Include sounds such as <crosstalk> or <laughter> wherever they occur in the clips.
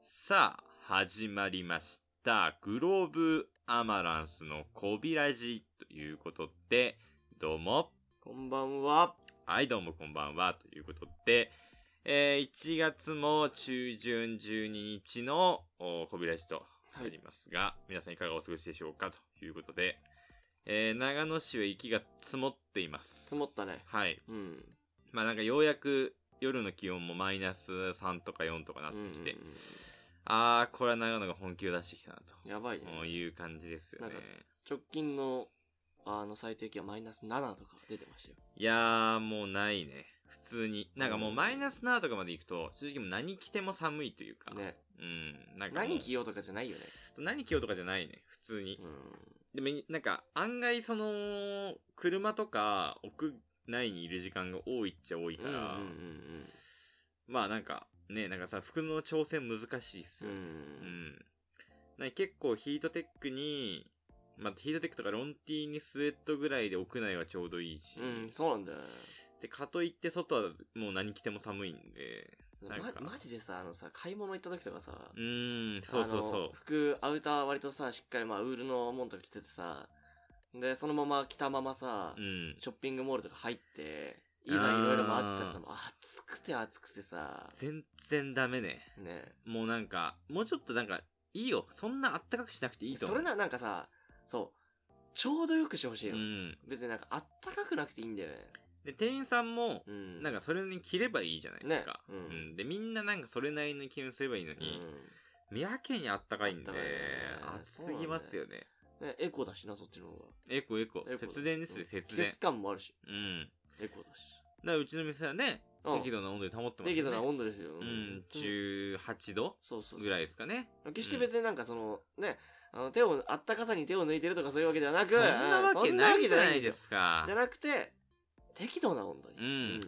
さあ、始まりました。グローブアマランスのコビラジということで、どうも。こんばんは。はい、どうもこんばんは。ということで、えー1月も中旬12日のおコビラジとはあり。ますが、皆さんいかがお過ごしでしょうかということで、えー長野市は雪が積もっています。積もったね。はい。うん。まあなんかようやく夜の気温もマイナス3とか4とかななってきて、あー、これは長野が本気を出してきたなやばいとね。いう感じですよねなん。か直近の、あの、最低気温マイナス7とか出てましたよ。いやー、もうないね。普通に。なんかもううんマイナス7とかまで行くと、正直もう何着ても寒いというか。ね。うん。なんかもう何着ようとかじゃないよね。何着ようとかじゃないね。普通にう。ん。でも、なんか、案外、その、車とか、屋内にいる時間が多いっちゃ多いうんかうんら、まあなんか、ね、なんかさ、服の調整難しいっすうんうん。う。よね。うんん。なんか結構ヒートテックに、まあヒートテックとかロンティーにスウェットぐらいで屋内はちょうどいいし、うん、そうなんだよね。で、かといって外はもう何着ても寒いんで、なんかま、マジでさ、あのさ、買い物行った時とかさ、うーん、そうそうあその服、アウター割とさ、しっかりまあ、ウールのもんとか着ててさ、で、そのまま着たままさう。う、ん。ショッピングモールとか入って、いあーざいろいろ回ってたらもう暑くて暑くてさ、全然ダメね。ね。もうなんか、もうちょっとなんか、いいよ。そんなあったかくしなくていいとそ思う。れな、なんかさ、そう、ちょうどよくしてほしいの。うん。別になんかあったかくなくていいんだよね。で、店員さんもう、ん。なんかそれに着ればいいじゃないですか。ねうんで、みんななんかそれなりの気分すればいいのうに、ん、やけにあったかいんであったかいね、暑すぎますよね。ね。エコだしな、そっちの方が。エコエコエコだし節電ですうよん、節季電節。感もあるし、うん。だかエコだし。らうちの店はね、うん適度な温度で保ってます適度な度。温度ですよ。う、うん18度そうそうそうぐらいですかね。決して別になんかその、ね、あの手を、あったかさに手を抜いてるとかそういうわけではなく、そんなわけうんないじゃないそんわけじゃでですよ。すかじゃ。なくて、適度な温度に。うん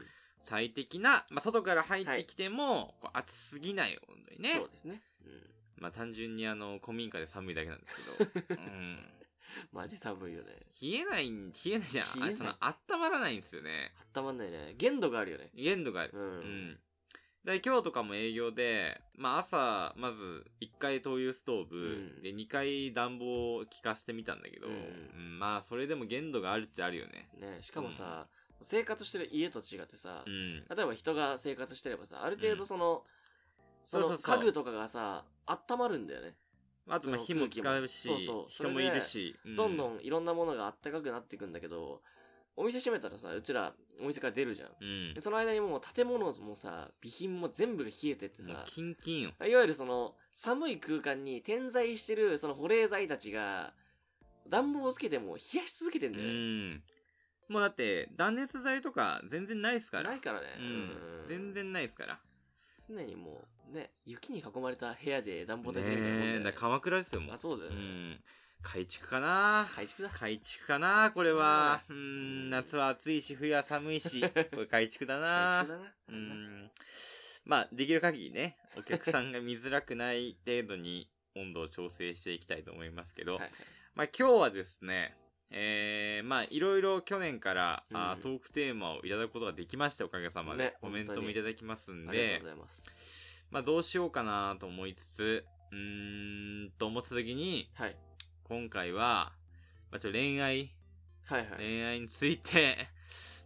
最適な、まあ、外から入ってきても、こう暑すぎない温度にねそう。ですね。うん。まあ、単純にあの、古民家で寒いだけなんですけど。 <laughs> うん。マジ寒いよね。冷えない、冷えないじゃん。あ冷えなれいその、温まらないんですよね。温まんないね。限度があるよね。限度があるう。ん。うん。で、今日とかも営業で、まあ朝、まず1回灯油ストーブ、うんで2回暖房を効かせてみたんだけど、うんうんまあそれでも限度があるっちゃあるよね。ね、しかもさ、生活してる家と違ってさ、うん。例えば人が生活してればさ、ある程うん度その、そそうのそうそう家具とかがさ、温まるんだよね。あとまあその火も使うし、空気もそうそう人もいるし、どんどん。んいろんなものが暖かくなっていくんだけど、お店閉めたらさ、うちらお店から出るじゃん。うんで。その間にもう建物もさ、備品も全部が冷えてってもうさ、キンキンよ。いわゆるその、寒い空間に点在してるその保冷剤たちが、暖房をつけても冷やし続けてんうだよね。ん。もうだって断熱材とか全然ないですから。ないからね。うん。全然ないですから。常にもう、ね、雪に囲まれた部屋で暖房できるみたいなもんだねえ、よだねから鎌倉ですよ、もうあ、。そうだようね。ん。改築かな改築だ。改築かなこれは。うー、うんん夏は暑いし、冬は寒いし、これ改築だな改築だな。うーん。まあ、できる限りね、お客さんが見づらくない程度に温度を調整していきたいと思いますけど、はいはい。まあ今日はですね、えー、まあいろいろ去年から、あうんトークテーマをいただくことができましたおかげさまで、ねコメントもいただきますんありがでとうご、ざいます。まあどうしようかなと思いつつ、うーんと思ってた時に、はい。今回は、まあちょっと恋愛、はいはい。恋愛について、 <laughs>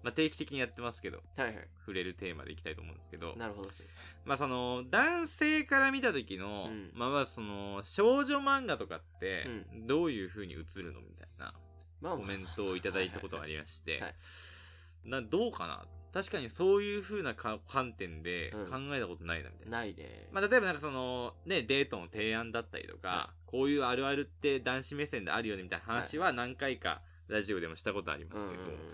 まあ、定期的にやってますけど、はいはい。触れるテーマでいきたいと思うんですけど、なるほどですね。まあ、その、男性から見た時の、うんまあ、まあ、その、少女漫画とかってう、どういう風に映るのみたいなまあコメントをいただいたことがありりましてはい、な、どうかな確かにそういう風なか観点でうん考えたことないな、みたいな。ないね。まあ、例えばなんかその、ね、デートの提案だったりとか、はこういうあるあるって男子目線であるよね、みたいな話は何回かラジオでもしたことありまうんすうんけど、うん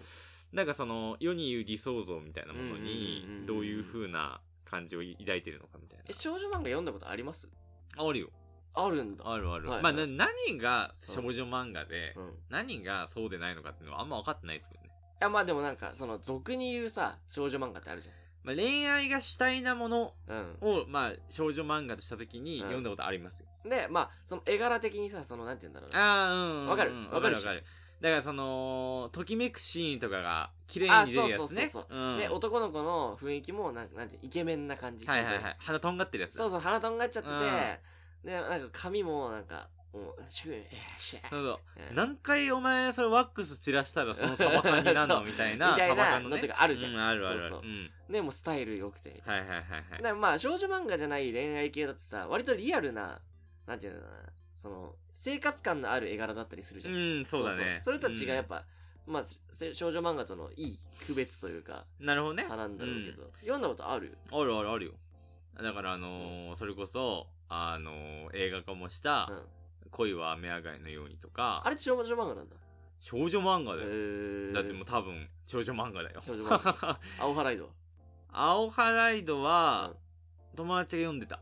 なんかその世に言う理想像みたいなものにうんうんうんうんどういう風な感じを抱いてるのかみたいなえ、。少女漫画読んだことありますああるよ。あるんだ。あるある。はいはいまあな何が少女漫画で、うん。い何がそうでないのかっていうのはあんま分かってないですけどね。や、まあでもなんか、その、俗に言うさ、少女漫画ってあるじまあ、恋愛が主体なものゃん。を、まあ、少女漫画とした時にうん読んだことありますよ。うん。で、まあ、その絵柄的にさ、その、なんて言うんだろうな。ああ、うんうんうん。わかるうんわかるわかる。だからその、ときめくシーンとかが綺麗あに出るやつね。そうそうそうそううんで、男の子の雰囲気も、なんか、なんて、イケメンな感じ。はいはい本当はにい。鼻とんがってるやつ。そうそうそう、鼻とんがっちゃってて、うんで、なんか髪も、なんか、もう、シュー、シュー、そううん何回お前それワックス散らしたらそのタバカになる <laughs> そのうみたいみな。たいなタバカののねとかあるじゃんうあるあるある。そうそううん。で、もうスタイル良くて。はいはいはいはい。でまあ、少女漫画じゃない恋愛系だとさ、割とリアルな、なんていうのかな、その、生活感のある絵柄だったりするじゃん。うん、そうだね。それとは違う、やっぱ。ぱ、まあ、せ少女漫画とのいい区別というか、なるほどね。差なんだろうけど、読んだことあるあるあるあるよ。だからあのーそれこそ、あのー映画化もした、うん。恋は雨上がりのようにとか、あれって少女漫画なんだ。少女漫へ画だよ。ーだってもう多分、少女漫画だよ。少女漫青ハライド。青ハライドは、友達が読んでた。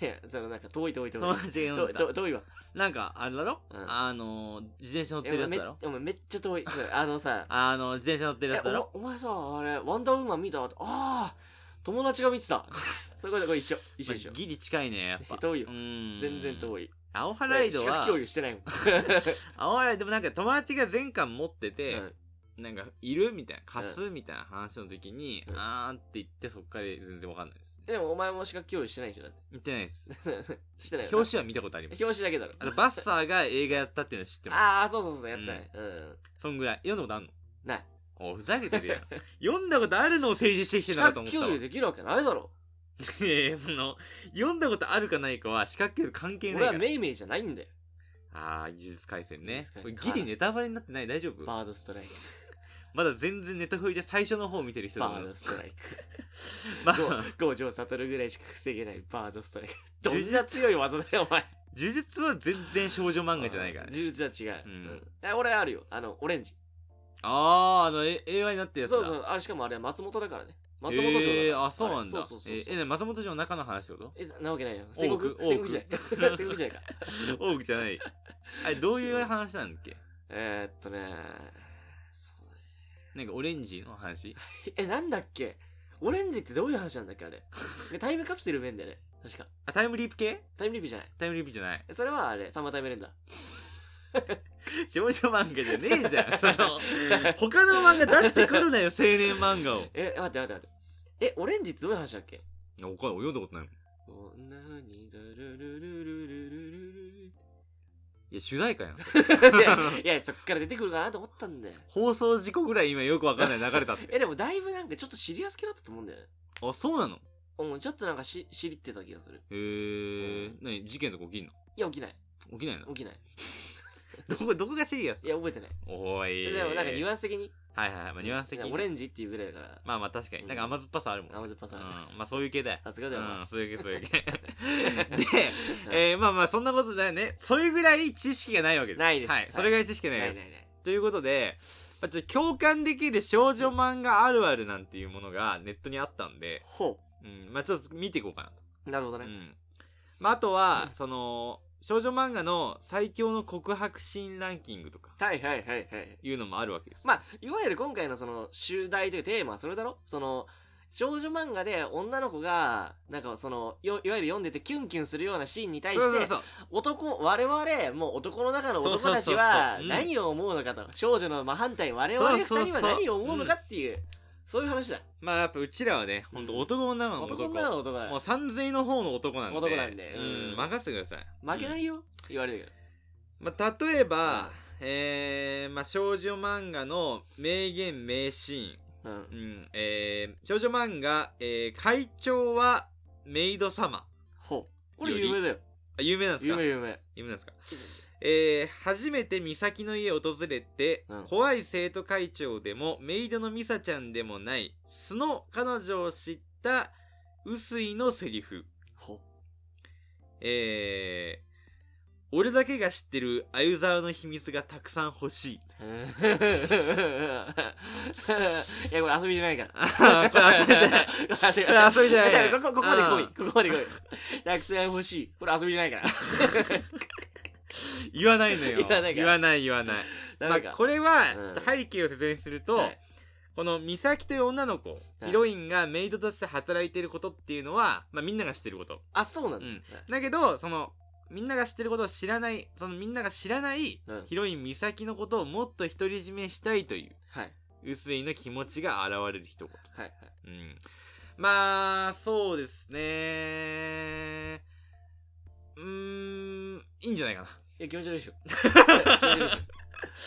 いや、 <laughs> そのなんか遠い遠い遠い。友達が読んで遠いた。遠いわ。なんか、あれだろ、うんあのー自転車乗ってるやつめだろお前めっちゃ遠い。そうあのさ、あの、自転車乗ってるやつだろえおお前さ、あれ、ワンダーウーマン見たああー友達が見てた。 <laughs> そこでこれ一緒。一緒一緒。ギリ近いね、やっぱ。遠いようん全然遠い。い。青ハライド視覚は共、有してないもん。青ハライドでもなんか友達が全巻持ってて、うんなんか、いるみたいな、貸すみたいな話の時に、うんあーって言って、そっから全然わかんないですね。でもお前も視覚共有してないでしょ、だ見てないです。ってしてないよな表紙は見たことあります。表紙だけだろ。あと、バッサーが映画やったっていうの知ってます。ああ、そうそうそう、やったね。うん。そんぐらい。読んだことあんのない。おふざけてるやん。 <laughs> 読んだことあるのを提示してきて視るのかと覚思った共わ。有できるわけないだろ。 <laughs> いやいや、その、読んだことあるかないかは、視覚教育関係ないか俺はら。めいめいじゃないんだよ。あー、呪術廻戦ね。こ呪れ術廻戦ギリネタバレになってない大丈夫バードストライク。まだ全然ネタ振りで最初の方見てる人だバもーんド。ストライク。まあ、呪五五条悟ぐらいしか防げないバードストライク。どんな強い技だよ、お前。術は全然少女漫画じゃないからね。呪術は違う。ううんん。え俺あるよ。あの、オレンジ。あー、あの、え映画になってるやつだ。そうそう。あれ、しかもあれは松本だからね。松本城だから。えー、あ、そうなんだ。あれそうそうそえうーえね松本城の中の話って <laughs> ことえ、なわけないよ。戦国多、く戦国時代。戦国時代か。多くじゃない。あれ、どういう話なんだっけえーっとねそうだねなんかオレンジの話え、なんだっけオレンジってどういう話なんだっけあれ。タイムカプセル面だよね。確か。あ、タイムリープ系タイムリープじゃない。タイムリープじゃない。それはあれ、サマータイム連打。少女漫画じゃねえじ <laughs> ゃん。その、他の漫画出してくるなよ、青年漫画を。え、待って待って待って。え、オレンジってどういう話だっけいや、おかん読んだことないもん。女にだるるるるるるるいや、主題歌やん。る <laughs> いやいや、そっから出てくるかなと思ったんだよ。放送事故ぐらい今よくわかんない流れたって。 <laughs> え、でもだいぶなんかちょっとシリアス系だったと思うんだよね。あ、そうなのうん、ちょっとなんかし、知りってた気がする。へえー。何事件とか起きんのいや、起きない。起きないの起きない。どこ、どこがシリアスいや、覚えてない。おい。でもなんかニュアンス的に。はいはいはい。まあ、ニュアンス的にね。オレンジっていうぐらいだから。まあまあ確かに。なんか甘酸っぱさあるもん。甘酸っぱさある。うん、まあそういう系だ <laughs> よ。さすがだようん、な。そういう系、そう <laughs> いう系。 <laughs> で、えー、まあまあそんなことだよね。それぐらい知識がないわけです。ないですははいい。それぐらい知識がなないないいでなす。い。ということで、まあちょっと共感できる少女漫画あるあるなんていうものがネットにあったんで、ほうん、まあちょっと見ていこうかう。なるほどなと。うね。ん。まああとはう、んその、少女漫画の最強の告白シーンランキングとかはいはいはいはい。いうのもあるわけです。まあ、いわゆる今回のその、集題というテーマはそれだろその、少女漫画で女の子が、なんかその、よいわゆる読んでてキュンキュンするようなシーンに対しそうそうて、そう。男、我々、もう男の中のそうそうそ男うたそうちはうん何を思うのかと、少女の真反対、我々二そうそう人そうは何を思うのかっていう、そういう話だ。まあやっぱうちらはね、ほんと男の中の男の中の男だもう。三千の方の男なんで。男なんでううんん、任せてください。負けないよ、言われてるうん。まあ、例えば、うんえー、まあ、少女漫画の名言名シけど。うーんン。うん、えー、少女漫画、えー、会長はメイド様。ほう。これ有名だよ。あ、有名なんです有か名有名。有名なんですかえー、初めて美咲の家を訪れて、うん怖い生徒会長でも、メイドのミサちゃんでもない、素の彼女を知った、薄井のセリフ。ほう。 <laughs> えー、俺だけが知ってるあゆざわの秘密がたくさん欲しい。いや、 <laughs> これ遊びじゃないから。 <laughs> あーこれ遊びじゃない。ここれ遊びじゃないここここまで来い。ここまで来い。 <laughs> たくさん欲しい。これ遊びじゃないから。言わないのよ。言わないから言わない言わない。ダメまあか。これは、うんちょっと背景を説明すると、はいこの美咲という女の子、いヒロインがメイドとして働いてることっていうのは、まあみんなが知ってること。あ、そうなんだうん。だけど、その、みんなが知ってることを知らない、そのみんなが知らないうんヒロイン美咲のことをもっと独り占めしたいという、はい。薄いの気持ちが現れる一言。はい。はい。うん。まあ、そうですね。うーん、いいんじゃないかな。いや、気持ち悪 <laughs> いでしょ。気持ち悪いでしょ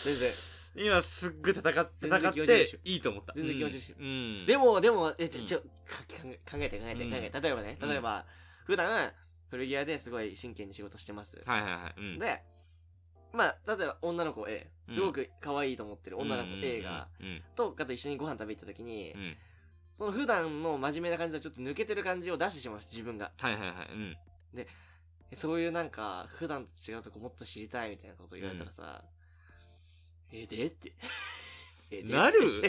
全然。今すっごい戦っ全戦然っ気持ち悪いでしてょいいと思った。全然気持ち悪いでしょうん。うんでも、でも、え、ちうょ、んちょ、か考え考えて考えてうん考えて。例えばね、うん例えば、普段、古着屋ですごい真剣に仕事してます。はいはいはい。うん、で、まあ、例えば女の子 A、うんすごく可愛いと思ってる女の子 A が、うん、うんとかと一緒にご飯食べ行った時にう、ん。その普段の真面目な感じはちょっと抜けてる感じを出してしまいました、自分が。はいはいはい。うん。そういうなんか、普段と違うとこもっと知りたいみたいなこと言われたらさ、え、でって。 <laughs> えでなる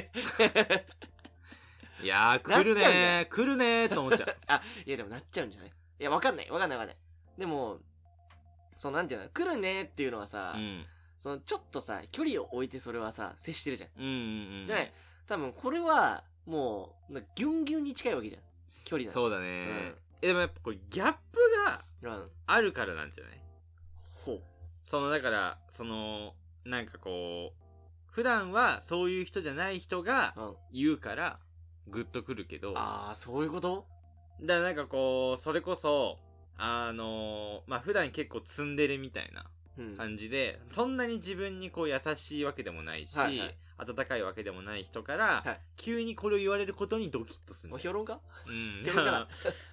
いやー、来るなっちゃうんじゃなねー、来るねーと思っちゃう。あ、いやでもなっちゃうんじゃないいや、わかんない。わかんないわかんない。でも、そのなんていうの来るねっていうのはさ、 <laughs> うん。そのちょっとさ、距離を置いてそれはさ、接してるじゃん。うんうんうん。じゃない。多分これは、もう、なんかギュンギュンに近いわけじゃん。距離なんそうだねー。えでもやっぱこれ、ギャップがう。うん。あるからなんじゃないほう。その、だから、その、なんかこう、普段はそういう人じゃない人がうん。言うから、グッとくるけど、あー、そういうことだからなんかこう、それこそ、あのーまあ、普段結構ツンデレみたいなうん。感じで、そんなに自分にこう優しいわけでもないし、はいはい温かいわけでもない人から、はい急にこれを言われることにドキッとするんもうだ評よ。論家うん。評論家だ <laughs> ま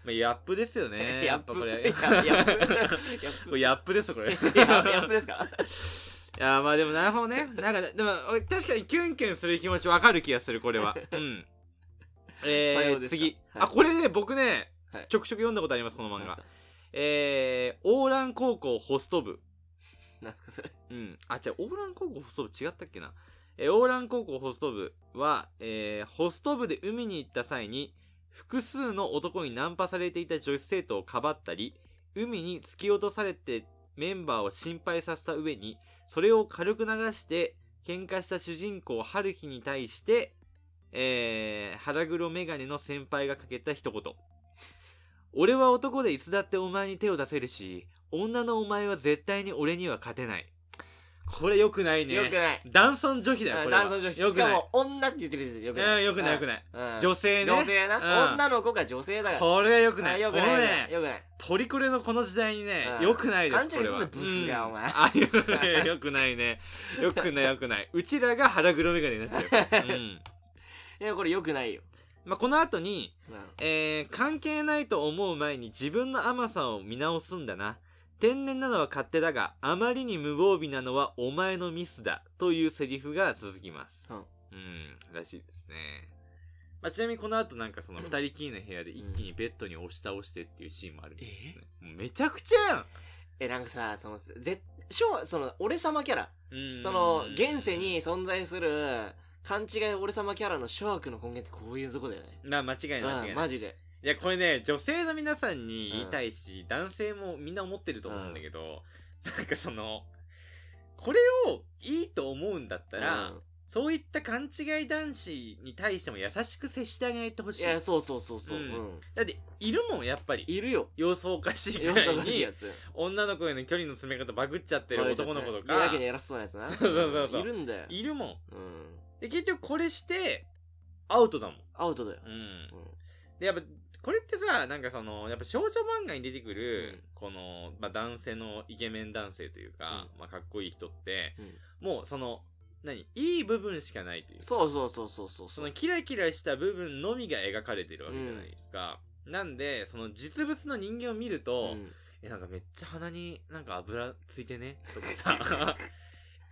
あ、ヤップですよね。 <laughs> やっぱここれ。れ。やっぱ。 <laughs> や <laughs> っぱ。これヤップですよこれ。い <laughs> や <laughs> っぱですかや、まあでもなるほどね。なんか、でも、俺確かにキュンキュンする気持ちわかる気がする、これ <laughs> は。うん。さよえー、うですか次。はいあ、これね、僕ね、はいちょくちょく読んだことあります、この漫なんす画か。えー、オーラン高校ホスト部。なんすかそれ。うん。あ、違う、オーラン高校ホスト部違ったっけな。えー、オーラン高校ホスト部は、えー、ホスト部で海に行った際に、複数の男にナンパされていた女子生徒をかばったり、海に突き落とされてメンバーを心配させた上に、それを軽く流して、喧嘩した主人公春日に対して、えー、腹黒メガネの先輩がかけた一言。俺は男でいつだってお前に手を出せるし、女のお前は絶対に俺には勝てない。これ良くないね。よくない。男尊女卑だよ、これは。男尊女卑。良くしなかい。も、女って言ってる人でよくうない。ん、良くない良くい。ない。うん女性ね。女性うんな。女の子が女性だから。これは良くなあい。よこくのない。ね、よくない。トリコレのこの時代にね、うん良くないです。勘違いすんなこれはブスがお前あ、良くない、良くないね。良くない、良くない。うちらが腹黒メガネになっちゃ <laughs> う。うん。いや、これよくないよ。まあ、この後に、うんえー関係ないと思う前に自分の甘さを見直すんだな。天然なのは勝手だが、あまりに無防備なのはお前のミスだ。というセリフが続きます。うんうん、らしいですね。まあ、ちなみにこの後なんかその二人きりの部屋で一気にベッドに押し倒してっていうシーンもあるんですね。もうめちゃくちゃやんえ、なんかさ、その、ぜ、しょう、その、俺様キャラ。うんその、現世に存在する、勘違い俺様キャラの諸悪の根源ってこういうとこだよね。まあ間違いない間違いうん、ないマジで。いやこれね女性の皆さんに言いたいし、男性もみんな思ってると思うんだけど、なんかそのこれをいいと思うんだったら、うんそういった勘違い男子に対しても優しく接してあげてほしいいや、そうそうそうそう。ううんん。だっているもんやっぱりいるよ。様子おかしいくよらいそがしいにやつ。女の子への距離の詰め方バグっちゃってる男の子といかやだけに偉そうなやつな。そうそうそうそうんいるんだよ。いるもんうん。で結局これしてアウトだもんアウトだよ。うんうんでやっぱこれってさなんかそのやっぱ少女漫画に出てくる、うんこの、まあ、男性のイケメン男性というか、まあ、かっこいい人って、もうその何いい部分しかないというかそうそうそうそうそう。そのキラキラした部分のみが描かれてるわけじゃないですか、なんでその実物の人間を見ると、うんえなんかめっちゃ鼻になんか油ついてねとか <laughs> さ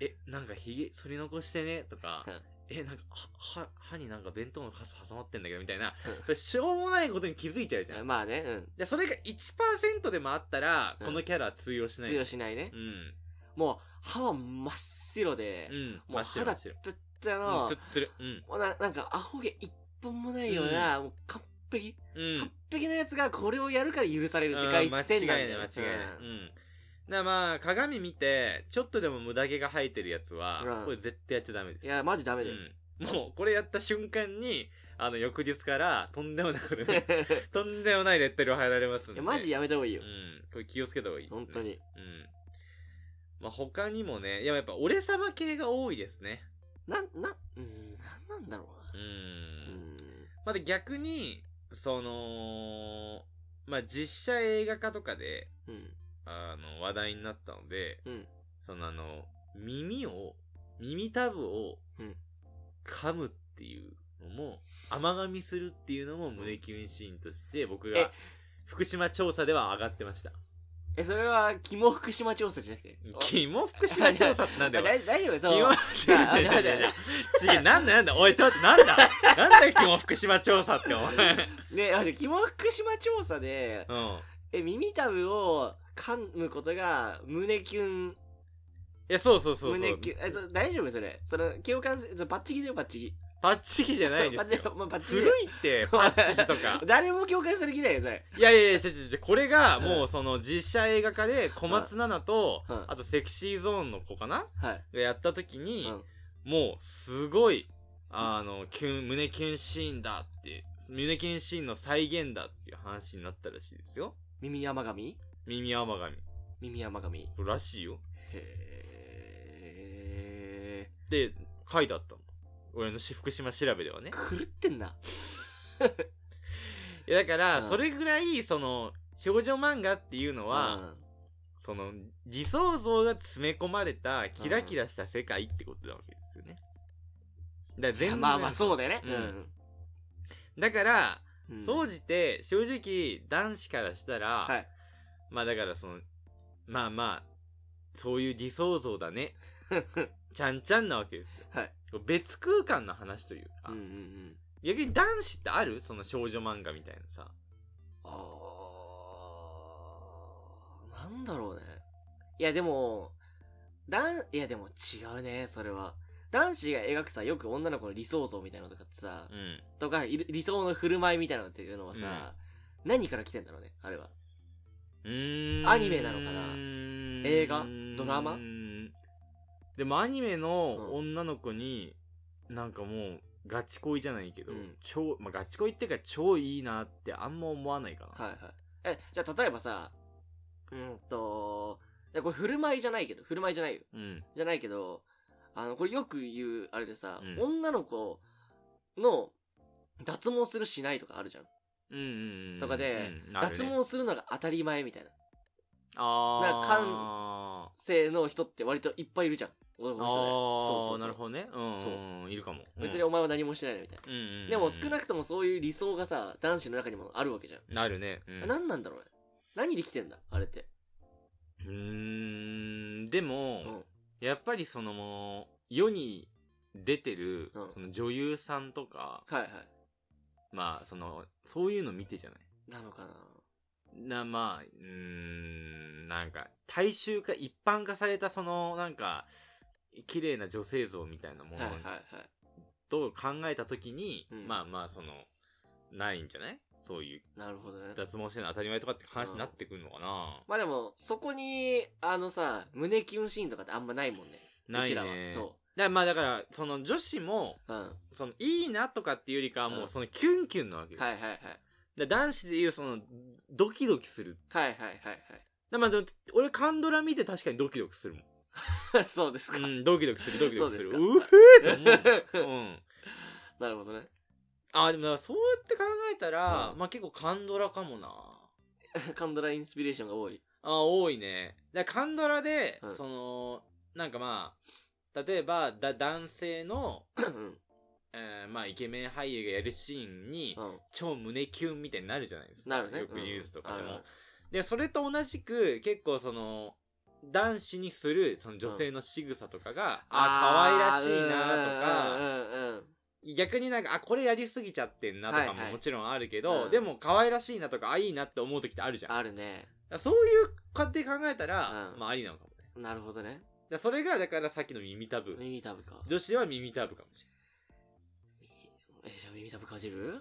えなんかひげ剃り残してねとかうんえなんかはは歯になんか弁当のカス挟まってんだけどみたいなうんそれしょうもないことに気づいちゃうじゃんまあね、うん。でそれが1%でもあったらうんこのキャラは通用しない通用しないねう。んもう、歯は真っ白でう、んも真うっ白歯真だっっ白たったうんのつっ、つるうんもうななんかアホ毛一本もないような、もう完璧、うん完璧なやつがこれをやるから許される世界一うん戦なん間だ違いないよ。間違いないうんだからまあ鏡見てちょっとでも無駄毛が生えてるやつはうんこれ絶対やっちゃダメですいや、マジダメうだよ。んもうこれやった瞬間にあの、翌日から、とんでもないこと <laughs> ね、とんでもないレッテルを貼られますんいで。や、マジやめた方がいいうよ。ん。これ気をつけた方がいいですね。本当。うに。ん。まあ、他にもね、いや、やっぱ、俺様系が多いですね。な、な、うん、なんなんだろううな。ん。うん。まあ、で、逆に、その、まあ、実写映画化とかで、うん。あの、話題になったので、うん。そのあの、耳を、耳たぶをうん、噛むっていうのも、甘噛みするっていうのも胸キュンシーンとして、僕えが、福島調査では上がってました。え、それは、肝福島調査じゃなくて。肝福島調査ってなんだ <laughs> あよ。大大丈夫そ肝う。福島あ違う違うあ違う違うなんだなんだ、おい、ちょっと、なんだ、なんだよ、肝福島調査って、お前。ね、だって肝福島調査で、うん。え、耳たぶを噛むことが、胸キュン、いや、そうそうそうそ胸う。キュン、え、そ大丈夫それ。その、共感する、そのバッチギだよ、バッチギ。パッチギじゃないでバッチすギ、よ。まあ、バッチギ古い。って、パッチギとか。誰も共感する気ないよ、それ。いやいやいや、違う違う違うこれがもうその実写映画化で小松菜奈と、うんあとセクシーゾーンの子かなはい。がやった時に、うんもうすごい、あの、キュン、胸キュンシーンだって、胸キュンシーンの再現だっていう話になったらしいですよ。耳山神耳甘神。耳山神。らしいよ。へで、書いてあったの。俺の福島調べではねー。。狂ってんな。いやだから、うんそれぐらい、その、少女漫画っていうのは、その理想像が詰め込まれたキラキラした世界ってことなわけですよね。だからうん、い全や部まあまあそうだよね。うんだから、うん。うん総じて正直男子からしたら、はいまあだからそのまあまあそういう理想像だ <laughs> ねちゃんちゃんなわけですよ。はい別空間の話というか、うんうんうん。逆に男子ってあるその少女漫画みたいなさあーなんだろうね。いやでも、男、いやでも違うね、それは。男子が描くさ、よく女の子の理想像みたいなのとかってさ、うんとか、い理想の振る舞いみたいなのっていうのはさ、何から来てんだろうね、あれは。うーんアニメなのかな映映画ドラマでもアニメのう女の子に、なんかもうガチ恋じゃないけど、うん超、まあ、ガチ恋っていうか超いいなってあんま思わないかな、はいはい。え、じゃあ例えばさ、うんと、いやこれ振る舞いじゃないけど、振る舞いじゃないよ。うんじゃないけど、あの、これよく言う、あれでさ、うん女の子の脱毛するしないとかあるじゃん。うんうんうんとかで、うんある脱ね毛するのが当たり前みたいなあーなんかあ性の人って割といっぱいいるじゃん。男の人で。そうそうーそうなるほどねうんうんうんいるかも別にお前は何もしてないのみたいうんうんうんうな。んでも少なくともそういう理想がさ、男子の中にもあるわけじゃん。なるねうん何なんだろうね。何できてんだあれって。うーんでも、うん。やっぱりそのもう世に出てる、うんその女優さんとか、はいはまあそのそういうの見てじゃないい。なのかななまあうーんなんか大衆化一般化されたそのなんか綺麗な女性像みたいなもはのいはいはい。と考えた時に、うんまあまあそのないんじゃないそういうなるほどね。脱毛してるの当たり前とかって話になってくるのかな、まあでも、そこに、あのさ、胸キュンシーンとかってあんまないもんね。なういちらはね。そだまあだからその女子もう。うん。はそのいいなとかっていうよりかはもうそのキュンキュンなわけいです、はいはい。だ男子でいうそのドキドキするはいはいはいだまあでも俺カンドラ見て確かにドキドキするもんはい。 <laughs> そうですか。うん、ドキドキする、ドキドキする。 <laughs> そううでふーって思う。うん。なるほどね。あ、でもだからそうやって考えたら、うんまあ結構カンドラかもな。カンドラインスピレーションが多い。あ、多いね。だからカンドラで、うんその、なんかまあ、例えば、だ男性の、うん。えーまあイケメン俳優がやるシーンに、うん。超胸キュンみたいになるじゃないですか。なるね。よくニュースとかでうんもあ。で、それと同じく、結構その、男子にする、その女性の仕草とかが、あー、可愛らしいなとか、うんうんうんうん。逆になんか、あ、これやりすぎちゃってんなとかはいはもいもちろんあるけど、うんでも可愛らしいなとか、あ、いいなって思う時ってあるじゃん。だかあるね。らそういう過程考えたら、うんまあありなのかもね。だかなるほどね。らそれが、だからさっきの耳たぶ。耳たぶか。女子は耳たぶかもしえ、じゃあ耳たぶかじるれない。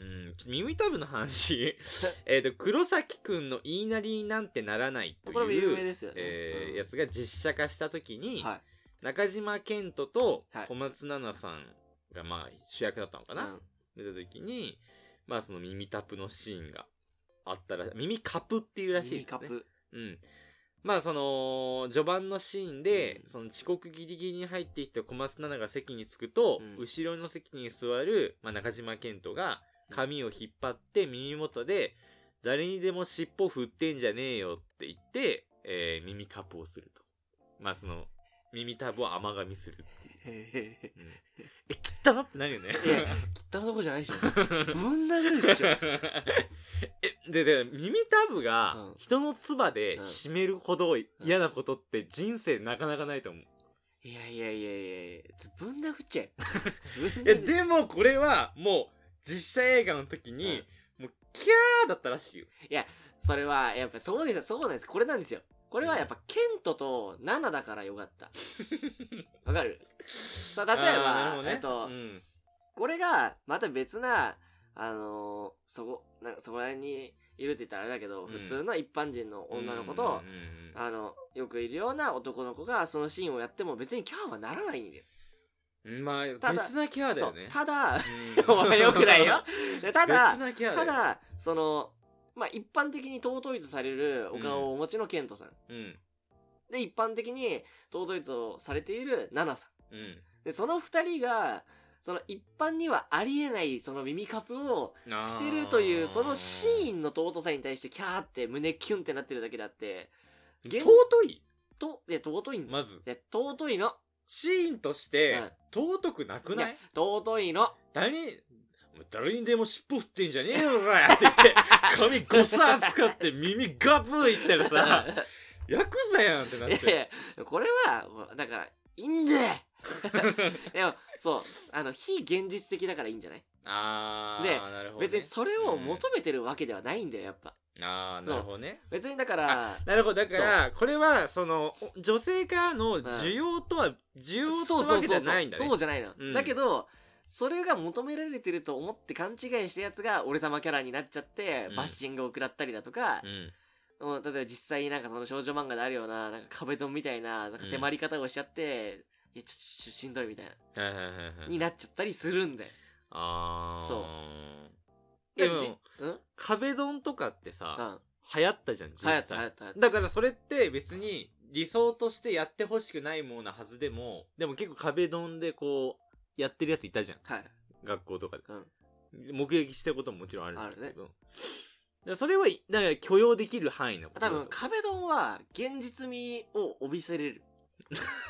うん、耳たぶの <laughs> 話。えっと、黒崎くんの言いなりになんてならないという。これも有名ですよね。えーうんやつが実写化した時に、はい。中島健人とはい小松菜奈さんがまあ主役だったのかな、うん出た時に、まあその耳タプのシーンがあったら、耳カプっていうらしいですね。ミニカップ。うん。まあその、序盤のシーンで、うんその遅刻ギリギリに入ってきた小松菜奈が席に着くと、うん後ろの席に座る、まあ、中島健人が髪を引っ張って耳元で、誰にでも尻尾振ってんじゃねえよって言って、えー耳カップをすると。まあその、耳タブを甘噛みする。<laughs> へへへうん、え、汚ってなるよね。いや、汚いとこじゃないでしょ。ぶん殴るでしょ。 <laughs> え、で、で、耳たぶがうん人の唾で締めるほど嫌なことって人生なかなかないと思う。いやいやいやいやいや、ぶん殴っちゃ <laughs> え。ぶんえ、殴るでもこれはもう実写映画の時に、もうキャーだったらしいよ。それは、やっぱそうですよ、そうなんです。これなんですよ。これはやっぱ、ケントとナナだからよかった。わかるさ例えあーなるほば、どねえっと、うんこれが、また別な、あのーそこ、なんかそこら辺にいるって言ったらあれだけど、うん普通の一般人の女の子とうん、うんうんあの、よくいるような男の子が、そのシーンをやっても別にキャーはならないんだよ。うんまあ、ただ別なキャーだそようね。。ただ、うんお前よくな <laughs> いよ。でただ別、なキャーただよ。だ、その、まあ、一般的に尊いとされるお顔をお持ちのケントさん。うん。で、一般的に尊いとされているナナさん。うん。で、その二人が、その一般にはありえないその耳カプをあーしてるという、そのシーンの尊さに対してキャーって胸キュンってなってるだけだって、尊いと、いや、尊いんだ。まず。いや、尊いの。シーンとして、尊くなくないいや尊 <laughs> いの。誰に、お前誰にでも尻尾振ってんじゃねえよ、おらって言 <laughs> って、髪ごさ使って耳ガブーいったらさ、 <laughs> ヤクザやんってなっいやちゃう。いやこれは、もうだから、いいん <laughs> だよでも、そう、あの、非現実的だからいいんじゃないあー、でなるほどね、別にそれを求めてるわけではないんだよ、やっぱ。あー、なるほどね。別にだから、なるほど。だから、これは、その、お女性からの需要とは、需要ってわけじゃないんだね。そうじゃないの。うんだけど、それが求められてると思って勘違いしたやつが俺様キャラになっちゃってうんバッシングを食らったりだとか、うん。うん例えば実際になんかその少女漫画であるようななんか壁ドンみたいななんか迫り方をしちゃって、いやちょちょちょしんどいみたいな、はいはいはいはい。になっちゃったりするんだよ。あー。そうでもだからじうんうん壁ドンとかってさ、は流行ったじゃん、実際。やったはやった流行っだからそれって別に理想としてやってほしくないものなはずでも、でも結構壁ドンでこう、やってるやついたじゃん。た。はい。学校とかで。うん目撃したことももちろんあるんですけど。あだからそれはい、だから許容できる範囲のことだ多と分壁ドンは現実味を帯び <laughs> せれる。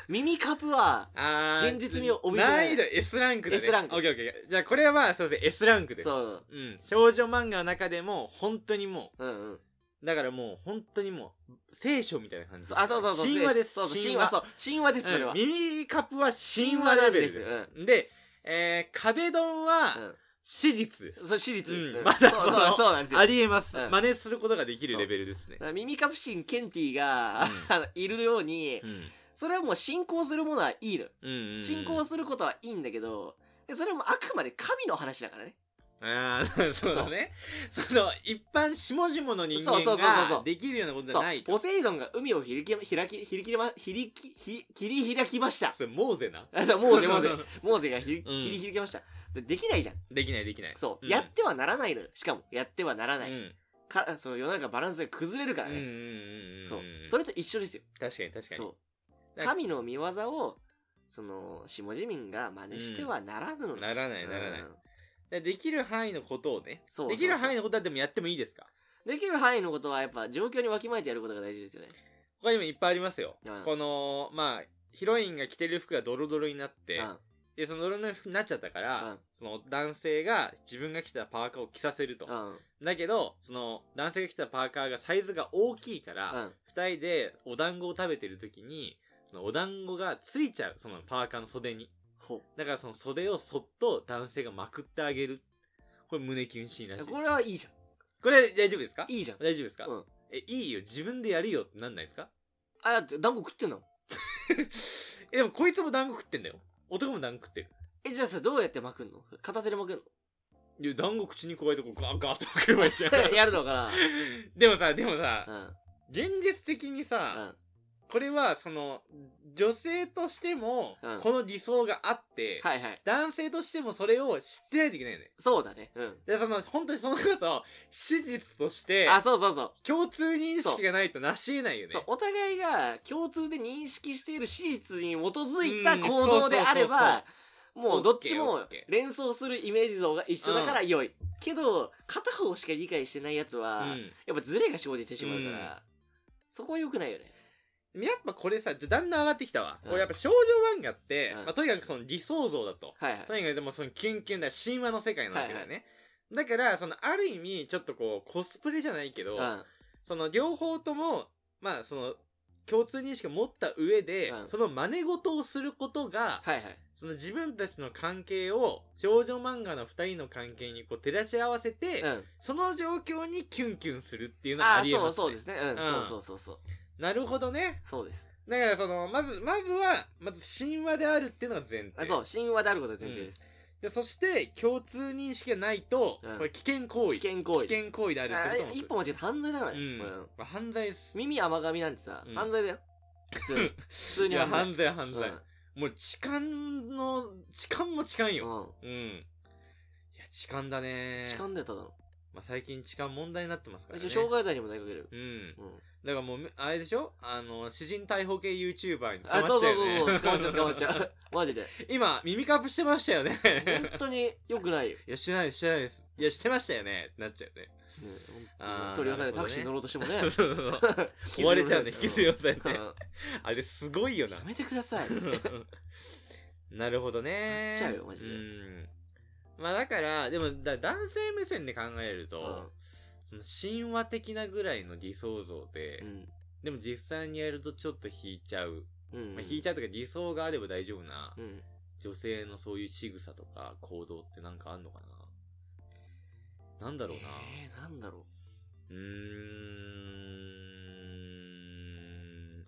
耳カプは、あー現実味を帯びてな難い易度 S ランクだね。 S ランクオッケーオッケー。じゃあこれはまあ、そうですね、S ランクです。そう。ん。少女漫画の中でも、本当にもうんうん。う、だからもう、本当にもう、聖書みたいな感じですあ、そうそうそう。神話です。そうそう神話、そう。神話です、それうは。ん、耳カップは神話レベルです。神話なんでえー、壁ドンうはん。史実です。そう、私立です。うんうんまだそうそそうのそうなんですよ。ありえます、うん真似することができるレベルですねだ。から耳カプシン・ケンティが、うん <laughs> あのいるようにう、ん。それはもう信仰するものはいいの。うんうんうん。信仰することはいいんだけど、でそれもあくまで神の話だからね。ああ、 <laughs> そうだね。その、一般下々の人そうそ間うそうそがうできるようなことじそゃうない。と。ポセイドンが海を開き、開き、開きま、開き、ひ切り開きました。それ、モーゼな。。あ、そう、モーゼ、モーゼ。モーゼがひん切り開きました。でできないじゃん。 <laughs> できないできない。そう。んやってはならないのよ。しかも、やってはならう。なんい。うんか、その世の中バランスが崩れるかうらんうんね。うんうん。そう。それと一緒ですよ。確かに確かに。そだう。から神の見業を、その、下地民が真似してはならぬのだ。ならないならない。うだかんらできる範囲のことをね。そうそうそうできる範囲のことはでもやってもいいですかできる範囲のことは、やっぱ、状況にわきまえてやることが大事ですよね。他にもいっぱいありますよ。うんこの、まあ、ヒロインが着てる服がドロドロになって、うん。で、そのドロドロの服になっちゃったから、うんその男性が自分が着たパーカーを着させると。うん。だけど、その男性が着たパーカーがサイズが大きいから、うん。二人でお団子を食べてる時に、そのお団子がついちゃう、そのパーカーの袖に。ほだからその袖をそっと男性がまくってあげる。これ胸キュンシーンらしう。い。これはいいじこれ大丈夫ですかゃん。いいじゃん。大丈夫ですか、うんえ、いいよ、自分でやるよってなんないですかあ、だって、団子食ってんのえ、でもこいつも団子食ってんだよ。男も団子食ってる。え、じゃあさ、どうやって巻くんの片手で巻くんいや、団子口に加えてこうガーガーッと食れば <laughs> <laughs> いいじゃん。のやるのかでもさ、でもさ、な現実的にうさ、ん。これは、その、女性としてもうん、この理想があって、はいはい。男性としてもそれを知ってないといけないよね。そうだね。うん。で、その、本当にそのこそ、史実として、あ、そうそうそう。共通認識がないと成し得ないよねそう。お互いが共通で認識している史実に基づいた行動であればもうどっちオもッケー連想するイメージ像が一緒だから良い、けど片方しか理解してないやつは、うんやっぱズレが生じてしまうから、そこは良くないよねやっぱこれさ、だんだん上がってきたわ。うん俺やっぱ少女漫画って、うんまあ、とにかくその理想像だと。はいはいとにかくでもそのキュンキュンだ、神話の世界なわけだよね。だから、その、ある意味、ちょっとこう、コスプレじゃないけど、うんその、両方とも、まあ、その、共通認識を持った上で、うんその真似事をすることが、はいはいその自分たちの関係を、少女漫画の二人の関係にこう照らし合わせて、うんその状況にキュンキュンするっていうのはああありえそまうす、ね。そうですねうん、うんそうそうそうそうなるほどね。そうですだからその、まず、まずは、まず神話であるっていうのが前提。あそう神話であることが前提です、で、そして、共通認識がないと、うんこれ危険行為。危険行為危険行為であるってことあも一歩間違えた犯罪だからうね、ん。うんまあ犯罪っす。耳甘噛みなんてさ、うん犯罪だよ普 <laughs> 通に普通いにや、犯罪犯罪犯罪。うんもう、痴漢の、痴漢も痴漢よ。ううん。いや、痴漢だん。ね。痴漢だよ、ただの。まあ、最近痴漢問題になってますから私、ね。傷害罪にも投げかけるよ。うん。うん。だからもう、あれでしょあの、詩人逮捕系 YouTuber に捕あ、まそっうちゃそううよ、ね。そう <laughs> そう、捕まっちゃう、捕まっちゃう。マジで。今、耳カップしてましたよね。 <laughs> 本当に良くないよ。いや、してないです、してないです。いや、してましたよね。ってなっちゃうね。ねあー取り押さえてなタるほどねクシーに乗ろうとしてもね。 <laughs> そうそうそう。追われちゃうね。引きずりよ。寄せねうん。あれ、すごいよなや。めてください。 <laughs> なるほどね。なっちゃうよマジでうん。まあだから、でも、だ男性目線で考えると、その神話的なぐらいの理想像で、うん。でも実際にやるとちょっと引いちゃう。うん。まあ、引いちゃゃうというか理想があれば大丈夫な、うん。女性のそういう仕草とか行動ってなんかあんのかななんだろうな。えー、なんだろうーん。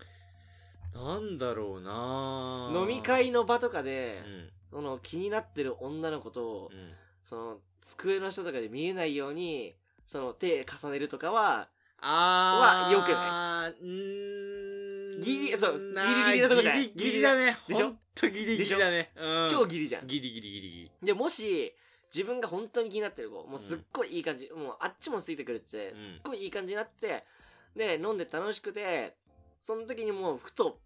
なんだろうなう。飲み会の、の場とかうで、ん。その気になってる女の子とう、んその机の下とかで見えないように、その手重ねるとかは、あー。は良くないうーん。ギリそうなーギリギリなとこじゃないギリギリだね。でしょほんとギリギリだね。うん。超ギリじゃん。ギリギリギリギリ。で、もし、自分が本当に気になってる子、もうすっごいいい感じ、もうあっちもついてくれてて、うんすっごいいい感じになって、で、飲んで楽しくて、その時にもう、ふと、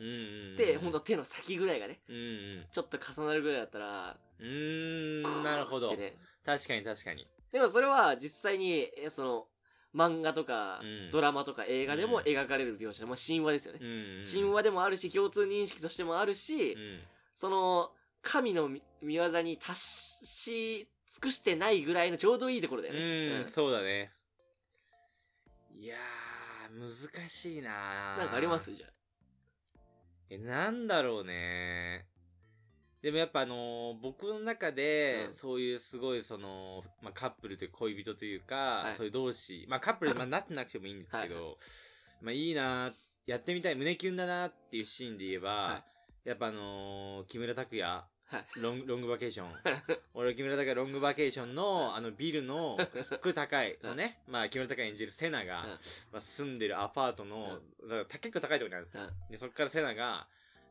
うんうん。で、ほんと手の先ぐらいがね、うんうん。ちょっと重なるぐらいだったら、うーん、なるほっどて。ね。確かに確かに。でもそれは実際に、えその、漫画とか、うんドラマとか映画でうもん描かれる描写、まあ神話ですよねう。んうん。神話でもあるし、共通認識としてもあるし、うん。その、神のみ見業に達し尽くしてないぐらいのちょうどいいところだよね。うん、そうだね。いやー、難しいなーなんかありますじゃえ、なんだろうね。でもやっぱあのー僕の中で、うんそういうすごいその、まあ、カップルという恋人というか、いそういう同士、まあカップル、まあ、なってなくてもいいんですけど、 <laughs> まあいいなーやってみたい、胸キュンだなーっていうシーンで言えば、はやっぱあのー木村拓哉、はいロング、ロングバケー <laughs> ション。俺、木村拓哉ロングバケーションの、あのビルの、すっごい高 <laughs> い、そうね、まあ木村拓哉演じるセナが、うんまあ、住んでるアパートの、だから結構高いところにあるんですよん。で、そっからセナが、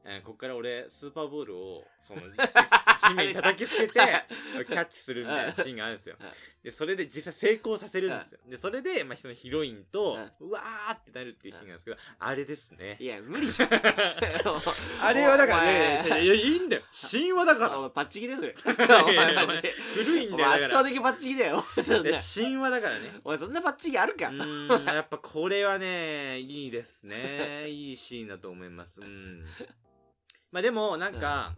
えーこっから俺、スーパーボールを、その、地地面に叩きつけて、キャッチするみたいなシーンがあるんですよはい。で、それで実際成功させるんですよ。で、それで、まあ、そのヒロインと、うわーってなるっていうシーンなんですけど、あれですね <laughs> い。や、無理じゃ <laughs> ん。あれはだからね、いおや前いや、いいんだよ。神話だかおら。前パッチギだよ、それ。や <laughs> おいやい前やマジで古いんおだよ、前だ圧か倒ら。的パッチギだよ。 <laughs> お前そんなで神話だからね。お前そんなパッチギあるうか。ーん、やっぱこれはね、いいですね。いいシーンだと思います。うん。まあでも、なんか、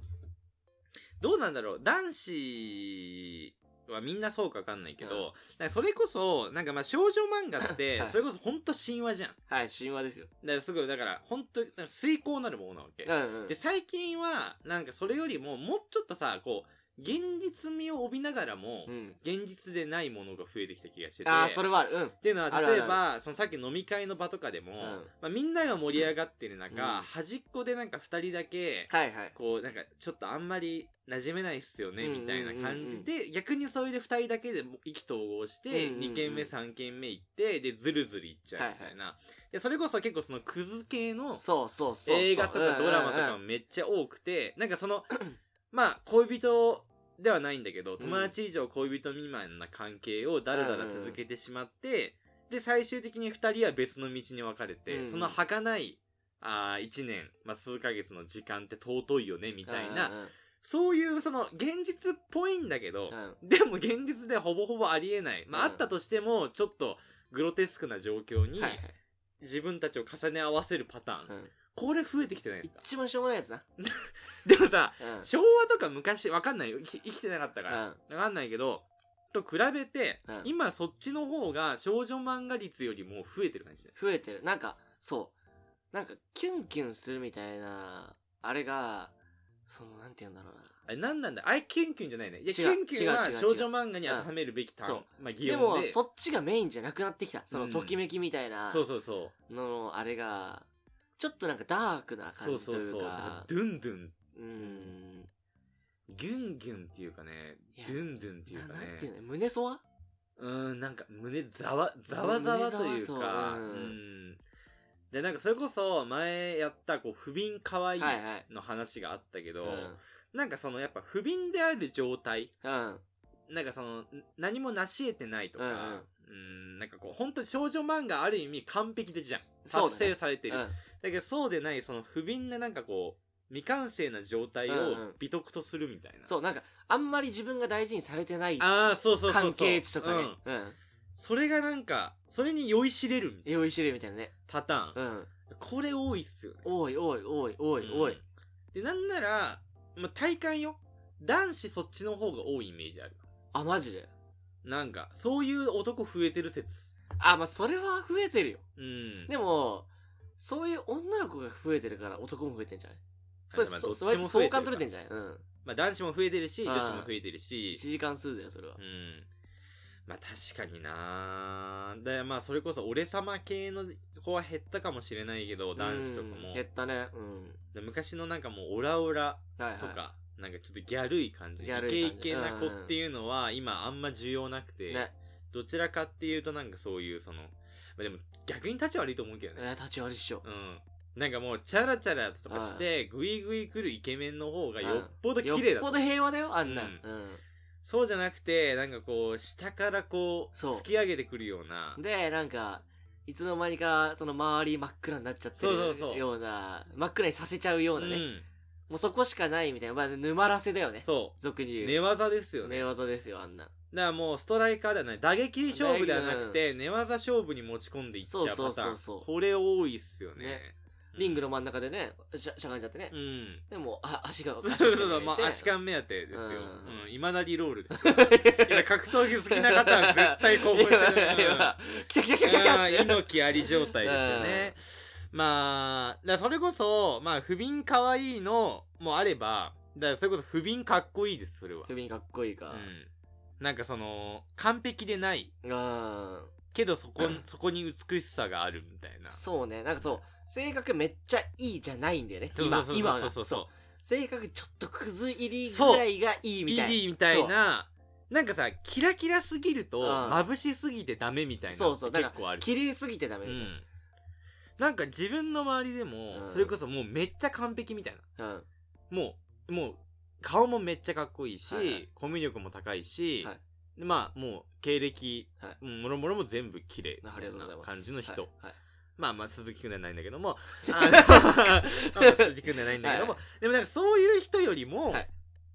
どうなんだろう。男子はみんなそうかわかんないけど、うんなんかそれこそ、なんかまあ少女漫画っては、いそれこそほんと神話じゃん。だかはい、神話ですよ。らすごい、だから、ほんと、なんか遂行なるものなわけう。んうんで、。最近は、なんかそれよりも、もうちょっとさ、こう、現実味を帯びながらも、うん。現実でないものが増えてきた気がしてて。ああ、それはある。うん。っていうのは、あるある例えば、そのさっき飲み会の場とかでも、うん。まあみんなが盛り上がってる中、うん端っこでなんか二人だけ、はいはい。こう、なんか、ちょっとあんまり馴染めないっすよね、うんうんうんみうんたいな感じで、逆にそれで二人だけでも意気投合しうんて、うんうん二軒目、三軒目行って、で、ずるずる行っちゃうみたいな。で、それこそ結構そのクズ系のそうそうそうそう。映画とかドラマとかもも。めっちゃ多く <clears throat> て、なんかその、 <clears throat> まあ、恋人ではないんだけど、友達以上恋人未満な関係をだらだら続けてしまって、で、最終的に二人は別の道に分かれうて、んその儚い、あー一年、まあ、数ヶ月の時間って尊いよね、みたいな、そういうその現実っぽいんだけどうん。う、んうんでも現実ではほぼほぼありえない。まあ、あうんったとしても、ちょっとグロテスクな状況うんにはいはい。自分たちを重ね合わせるパターンう。ん。これ増えてきてないですか一番しょうもないやつな。でもさ、うん。うん。昭和とか昔、わかんないよ。生き生きてなかったから。あわかんないけど、と比べて、うん今そっちの方が少女漫画率よりも増えてる感じだよ増えてる。なんか、そう。なんか、キュンキュンするみたいな、あれが、その、なんて言うんだろうな。あれなんなんだあれキュンキュンじゃないね。いや、キ違ュうンキュンは違う違う少女漫画に当てはめるべき単そ語う。まあ、擬で音もで。そっちがメインじゃなくなってきたそうのんときめきみたいなそうそうそう。ののあれがちょっとなんかダークなそ感うじそとういそうう。かドゥンドゥン、うーんギュンギュンっていうかねい、やドゥンドゥンっていうなかなんていうね。の胸そわうーん、なんか胸ざわ、ざわざわという胸ざわか、そうううんん。で、なんかそれこそ前やった、こう、不憫可愛いはいはいの話があったけうど、んなんかそのやっぱ不憫である状態うんなんかそのん何も成し得てないとか、ううんーん、なんかこう本当に少女漫画ある意味完璧でじゃんそう達だね成されてるうだ,、けんどそうでないその不憫ななんかこう未完成な状態うんをうん美徳とするみたいな、そうなんかあんまり自分が大事にされてないああそうそうそうそう関係値とかうねんうんそれがなんかそれに酔いしれるみたいな用意してるみたいなねパターン、うんこれ多いっすよねおいおいおいおいおいうんでなんなら、まあ、体感よ男子そっちの方が多いイメージあるあマジでなんかそういう男増えてる説あまあそれは増えてるようん。でもそういう女の子が増えてるから男も増えてんじゃないそれまあそどっちそもれ増えて相るから関取れてんじゃないうんまあ男子も増えてるし、あ女ー子も増えてるし1、時間数だよそれはうん。まあ確かになだまあそれこそ俺様系の子は減ったかもしれないけど、男子とかうもん減。ったねうんで昔のなんかもうオラオラはいはといか、なんかちょっとギャルい感じ、イギャルケいイ感じケな子っていうのは今あんま需要なくて、ねどちらかっていうとなんかそういうその、まあでも逆に立ち悪いと思うけどね。えー立ち悪いっしょうん。なんかもう、チャラチャラとかして、グイグイ来るイケメンの方がよっぽど綺麗だよとっぽど平和だよあんなうんんそうじゃなくて、なんかこう、下からこう、そう突き上げてくるようなうん。でなんかいつの間にかその周り真っ暗になっちゃってそるうそうそうような真っ暗にさせちゃうようなねうんもうそこしかないみたいなまあ沼らせだよねそ俗にう。言寝う技ですよね。寝技ですよあんなだからもう、ストライカーではない。打撃勝負ではなくて、寝技勝負に持ち込んでいっちゃうパターン。そうそうそうそうこれ多いっすよね。ねリングの。の真ん中でねしゃしゃがんじゃってねうん。でもあ足がそうそうそう、まあ、足が感目当てですよ。うんうん。いまだにロールですよ。いや、格闘技好きな方は絶対興奮し <laughs> いやいてやるい。や来た来た来た来た来あたあって猪木あり状態ですよね。まあ、だからそれこそ、まあ、不憫可愛いのもあれば、だからそれこそ不憫かっこいいです、それは。不憫かっこいいうかん。なんかその、完璧でない。うんけどそこうん、そこに美しさがあるみたいな。そうねなんかそう性格めっちゃいいじゃないんだよねそう今そう今そうがそうそうそ。性格ちょっとクズ入りぐらいがいいうみたい ED みたいな、なんかさ、キラキラすぎると、うん眩しすぎてダメみたいな。そうそうだ結から構ある。綺麗すぎてダメうみたいん。なんか自分の周りでも、うんそれこそもうめっちゃ完璧みたいな。なうんもう、もう、顔もめっちゃかっこいいし、はいはいコミュ力も高いし、はいでまあ、もう、経歴、はうんもろもろも全部綺麗ありがとうございます感じの人。はいはいまあまあ、鈴木くんではないんだけ <laughs> ども、あのまあ鈴木くんではないんだけども、はでもなんかそういう人よりも、はい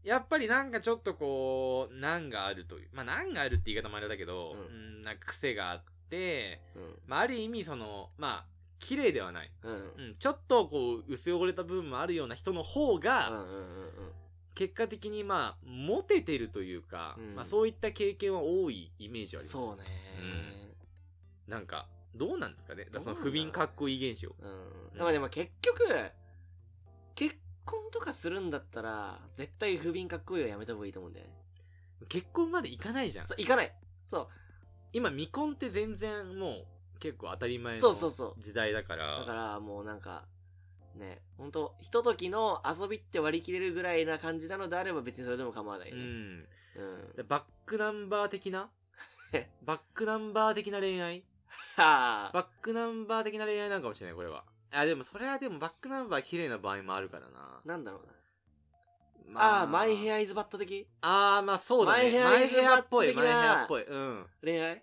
やっぱりなんかちょっとこう、難があるという、まあ難があるって言い方もあれだけど、ううんなんか癖があって、うんまあある意味その、まあ、綺麗ではない。うんうん、ちょっとこう、薄汚れた部分もあるような人の方が、うんうんうんうん結果的にまあモテてるというか、うんまあ、そういった経験は多いイメージはありますそうねなんかどうなんですかねだからそのどう不なんだろ憫うかっこいい現象うんでもでも結局結婚とかするんだったら、絶対不憫かっこいいはやめた方がいいと思うんだよね。結婚までいかないじゃん。そう、行かない。そ今、未婚って全然もう結構当たり前そのうそうそう時代だかう。ら。だからもうなんか、ね、ほんと、ひとときの遊びって割り切れるぐらいな感じなのであれば別にそれでも構わないようね。ん。うん。でバックナンバー的 <laughs> なバックナンバー的な恋愛はあ。バックナンバー的な恋愛なんかもしれない、これは。あ、でもそれはでもバックナンバー綺麗な場合もあるからな。 <laughs> なんだろうな。まああー、マイヘア。アイズバット的ああ、まあそうだね。ママイイヘヘアアっっぽぽいい、マイヘ的なアっぽい。うん。恋愛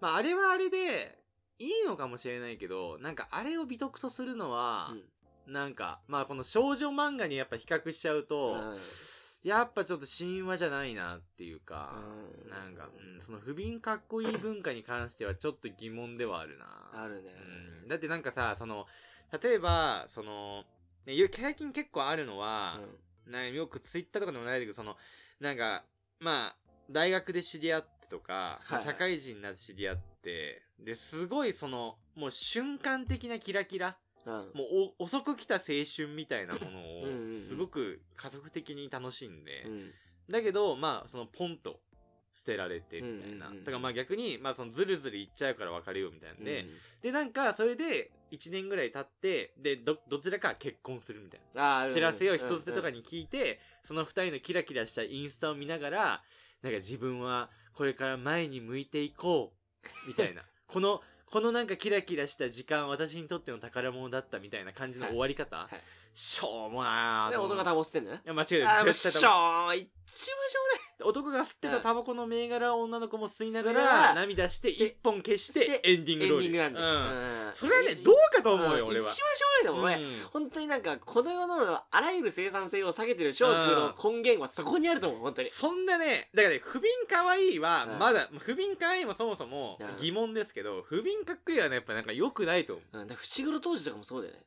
まああれはあれで、いいのかもしれないけど、なんかあれを美徳とするのは、なんか、まあこの少女漫画にやっぱ比較しちゃううん。と、うんやっぱちょっと神話じゃないなっていうか、うんなんか、うん、その不憫かっこいい文化に関してはちょっと疑問ではあるな。あるね。うん、だってなんかさ、その、例えば、その、ねよ最近結構あるのは、なんかよくツイッターとかでもないけど、その、なんか、まあ、大学で知り合ってとか、はいはい社会人になって知り合って、で、すごいその、もう瞬間的なキラキラ、うん。うん。もうお遅く来た青春みたいなもうんうんのうんを、すごく加速的に楽しんで、うんだけど、まあ、そのポンと捨てられてみたいな。うんうんうんだからまあ逆に、まあそのズルズルいっちゃうから別れようみたいなんで、うんで、なんか、それで、1年ぐらい経って、で、ど、どちらか結婚するみたいあな。ー知らせを人捨てとかに。に聞いて、その二人のキラキラしたインスタを見ながら、なんか自分はこれから前に向いていこう、みたい <laughs> な。この、このなんかキラキラした時間、私にとっての宝物だったみたいな感じの終わり方、いはいしょうもなーで、と思う音が保つってんだねい。や、間違いあなー、い。もう絶しょ対ー、多一分番しょ男が吸ってたタバコの銘柄を女の子も吸いなが吸いながらら、涙して、一本消して、エンディうンがなグロい。エンール。ディングなんうんで。うんそれはね、どうかと思うよ、ん俺は。一番しょうがないと思うね。うん本当になんか、この世のあらゆる生産性を下げてる商品の根源はそこにあると思う、本当に。そんなね、だからね、不憫可愛いはう、んまだ、不憫可愛いもそもそもうん疑問ですけど、不憫かっこいいはね、やっぱなんか良くないと思う。うん、だから伏黒当時とかもそうだよね。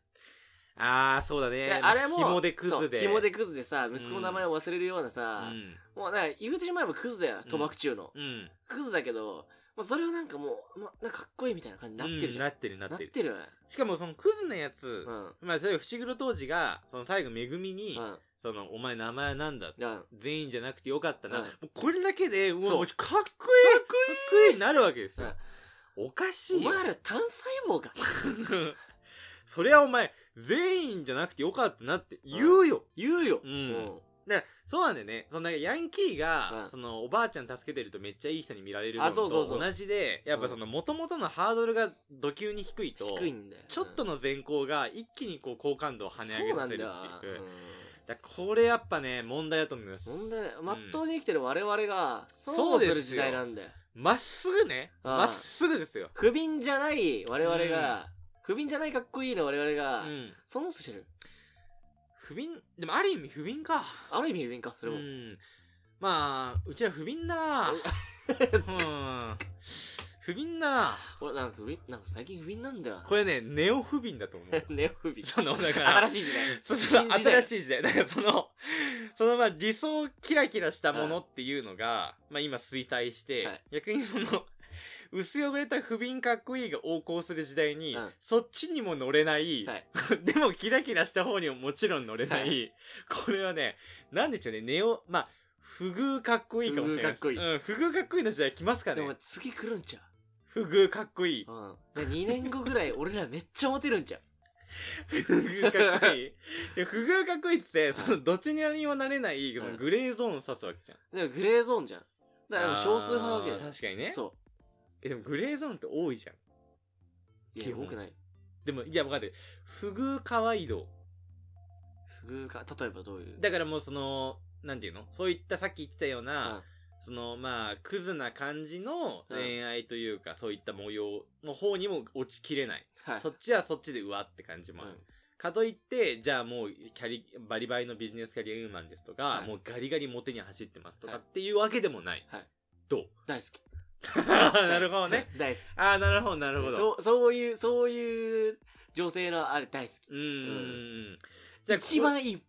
あー、そうだいねや。あれも、紐でクズで。そう紐でクズでさ、息子の名前を忘れるようなうさ、ん。もうなんか言うてしまえばクズだよ、賭博中の。うん。クズだけど、もうそれをなんかもう、ま、なんかかっこいいみたいな感じになってるじうゃ。んなんってる、ななっってる。てる。しかもそのクズなやつう、ん。うん。まあ、それ伏黒当時が、その最後、めぐみにう、ん。その、お前名前はなんだうん。か全員じゃなくてよかったな。うんもうこれだけで、うわそうもうかっこいいっこかっこいいになるわけですようん。おかしいいいおよ。前ら単細胞か。 <laughs> そりゃお前、全員じゃなくてよかったなって言うよ。言うよ。うんうんだから、そうなんだよね。そのなんかヤンキーが、うんそのおばあちゃん助けてるとめっちゃいい人に見られるあのそうそうそとう同じで、やっぱその元々のハードルが度級に低いと、低いんだよ。ちょっとのの善行が一気にこう好感度を跳ね上げさせるっていう。よ。だからこれやっぱね、問題だと思います。うん。問題ない、まっとうに生きてる我々が、そそううですすよる時代なんだよ。まっすぐね。ああまっすぐですよ。不憫じゃない我々が、不憫じゃないかっこいいの我々うが、ん。その人知る不憫、でもある意味不憫か。ある意味不憫か、それうも。ん。まあ、うちら不憫だな。うん。 <laughs> 不憫だな。俺なんか不憫、なんか最近不憫なんだよ。。これね、ネオ不憫だと思う <laughs> ネオ不憫。その、だから、新しい時代。 <laughs> そうそう新時代新しい時代。 <laughs> だからその、そのまあ理想キラキラしたものっていうのが、まあ今衰退して、はい逆にその、薄汚れた不憫かっこいいが横行する時代に、うんそっちにも乗れない、はい <laughs> でもキラキラした方にももちろん乗れない、は <laughs> これはね、なんでしょうね、ネオ、まあ、不遇かっこいいかもしれないです。不遇かっこうん、不遇かっこいいの時代来ますかでねも次来るんちゃ。不遇かっこいいううん。で2年後ぐらい俺らめっちゃモテるんちゃう。不遇かっこいい。いや不遇かっこいいって、その、どちらにもなれない、そのグレーゾーンを指すわけじゃん。でもグレーゾーンじゃん。だからもう少数派なわけだあーよ。確かにね。そえ、でもグレーゾーンって多いじゃん。う。い基や、本多くない。でも、いや、分かってる。不遇可愛い度。不遇か、例えばどういう。だからもうその、なんていうのそういったさっき言ってたような、その、まあ、クズな感じのうん恋愛というか、そういった模様の方にも落ちきれない。うん。 <laughs> はい。そっちはそっちでうわって感じもある。かといって、じゃあもう、キャリ、バリバリのビジネスキャリアウーマンですとか、はいもうガリガリモテに走ってますとかはいっていうわけでもない。はいどう大好き。 <laughs> なるほどね。。 <laughs> 大好き。ああ、なるほど、なるほど。そう、そういう、そういう女性のあれ大好き。うーん。じゃあ、一番いい。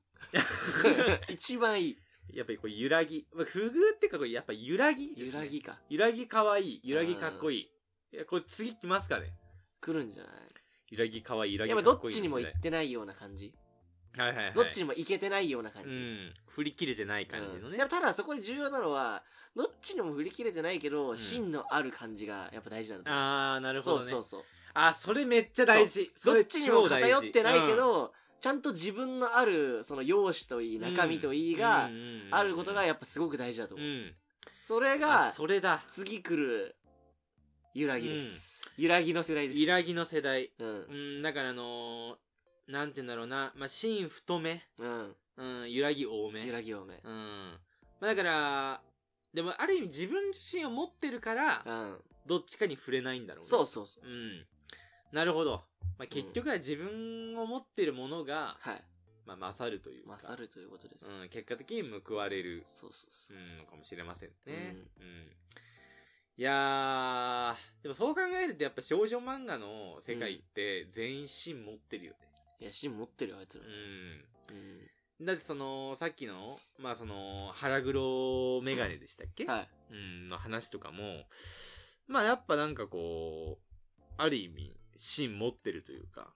一番いい。 <laughs> やっぱりこう、揺らぎ。まあ不遇ってか、これやっぱ揺らぎ、揺ら。ぎか。揺らぎかわいい。揺らぎかっこいい。いや、これ次来ますかね。来るんじゃない揺らぎかわいい、揺らぎやっかぱどっこっいい。ちにも行ってないような感じ。はいはいはい。どっちにもいけてないような感うじ。ん。振り切れてない感じのうんねで。もただそこで重要なのは、どっちにも振り切れてないけど、ん芯のある感じがやっぱ大事なんだ。あー、なるほどね。そうそうそう。あ、それめっちゃ大事。そどれっちにも超大事偏ってないけ、ど、ちゃんと自分のある、その容姿といい、うん中身といいが、うんうんうんあることがやっぱすごく大事だとう思う。ん。それあが、それだ。次来る、揺らぎです。揺らぎの世代です。イラギの世代。うんう。ん、だからあのー、なんて言うんだろうな、まあ、芯太め、うん。うん、揺らぎ多め。揺らぎ多め。うん。まあ、だから、でもある意味自分自身を持ってるからう、ん。どっちかに触れないんだろうね。そうそうそう。う。ん。なるほど。まあ、結局は自分を持ってるものが、はい。まあ、勝るというか。勝るということです。うん、結果的に報われる、そうそうそうう。ん、のかもしれませんね。うん。いやー、でもそう考えるとやっぱ少女漫画の世界って全員芯持ってるよね。いや、芯持ってるよ、あいつら。ううん。だってその、さっきの、まあその、腹黒メガネでしたっけ、ん。はい。うん、の話とかも、まあやっぱなんかこう、ある意味、芯持ってるというか、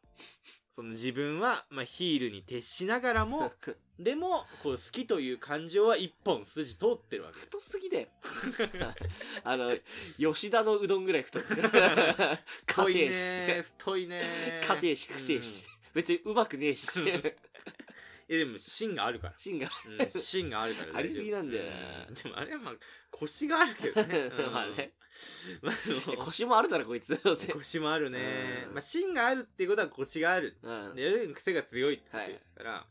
その自分は、まあヒールに徹しながらも、でも、こう好きという感情は一本筋通ってるわけです。 <laughs> 太すぎだよ。 <laughs> あの、吉田のうどんぐらい太く。 <laughs> 太家いねー庭し。太いねー家庭し、家庭し。別にうまくねえし。 <laughs> うんいやでも芯があるから。芯が。 <laughs> うん、芯があるから大丈夫。ありすぎなんだよな。うんでもあれはまあ、腰があるけどね <laughs> まあね。うん。まああの <laughs> 腰もあるだろ、こいつ。 <laughs> 腰もあるねう。んまあ芯があるっていうことは腰がある。うん。で、要するに癖が強いってことですから、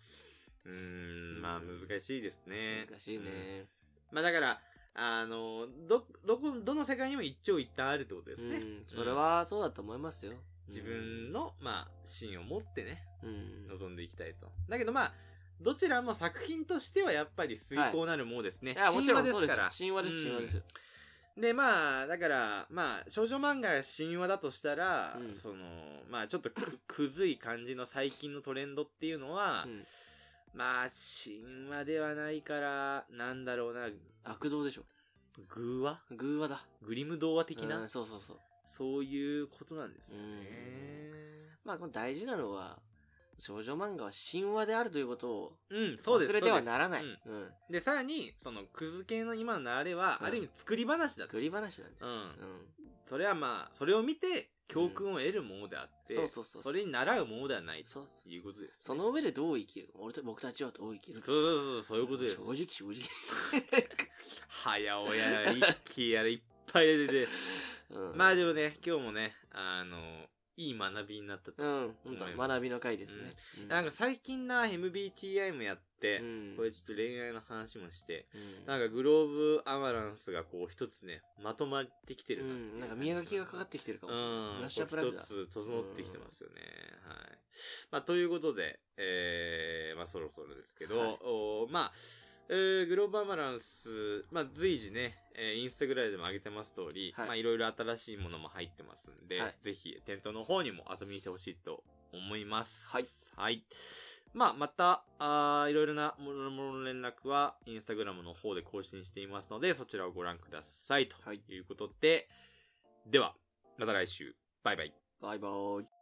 うーん、まあ難しいですね。難しいうんね。まあだから、あの、ど、どこ、どの世界にも一長一短あるってことでうすね。ん。それはそうだと思いますよ。自分の、まあ、芯を持ってね、うん。望んでいきたいと。だけどまあ、どちらも作品としてはやっぱり遂行なるものですね。いや、もち神ろ話んでそうすでから。す。神話です、神話です。で、まあ、だから、まあ、少女漫画が神話だとしたら、うんその、まあ、ちょっとく、 <coughs> くずい感じの最近のトレンドっていうのは、うんまあ、神話ではないから、なんだろうな、悪道でしょ。偶話偶話だ。グリム童話的な、うんそうそうそう。そういうことなんですよね。まあ、この大事なのは、少女漫画は神話であるということをうん、そうです。忘れてはならない。そうですうん。うんで、さらに、その、くず系の今の流れは、うんある意味作り話だと。作り話なんですよ。うんうんそれはまあ、それを見て、教訓を得るものであって、そうそうそう。それに習うものではないとそういうことです、ね。その上でどう生きる俺と僕たちはどう生きそうるそうそう、そういうことです。正直正直。 <laughs> 早おやら、一気やら、いっぱい出てて。うんまあでもね、今日もね、あの、いい学びになったと。うん、思本い当ます学びの回ですね。うなんか、最近な、MBTI もやってう、んこれちょっと恋愛の話もして、うんなんかグローブアマランスがこう一つね、まとまってきてう、るなっていうんなんか磨きがかかってきてるかうもしれない。ブラん、ッシュアップライフ一だ。つ整ってきてますよね。はい。まあ、ということで、えー、まあ、そろそろですけど、はいおーまあ、えーグローバーマランス、まあ、随時ね、えーインスタグラムでも上げてます通り、はいまあ、いろいろ新しいものも入ってますんで、はいぜひ、店頭の方にも遊びに来てほしいと思います。はい。はい。まあ、また、あーいろいろなもろもろの連絡は、インスタグラムの方で更新していますので、そちらをご覧ください。とはいいうことで、では、また来週。バイバイ。バイバーイ。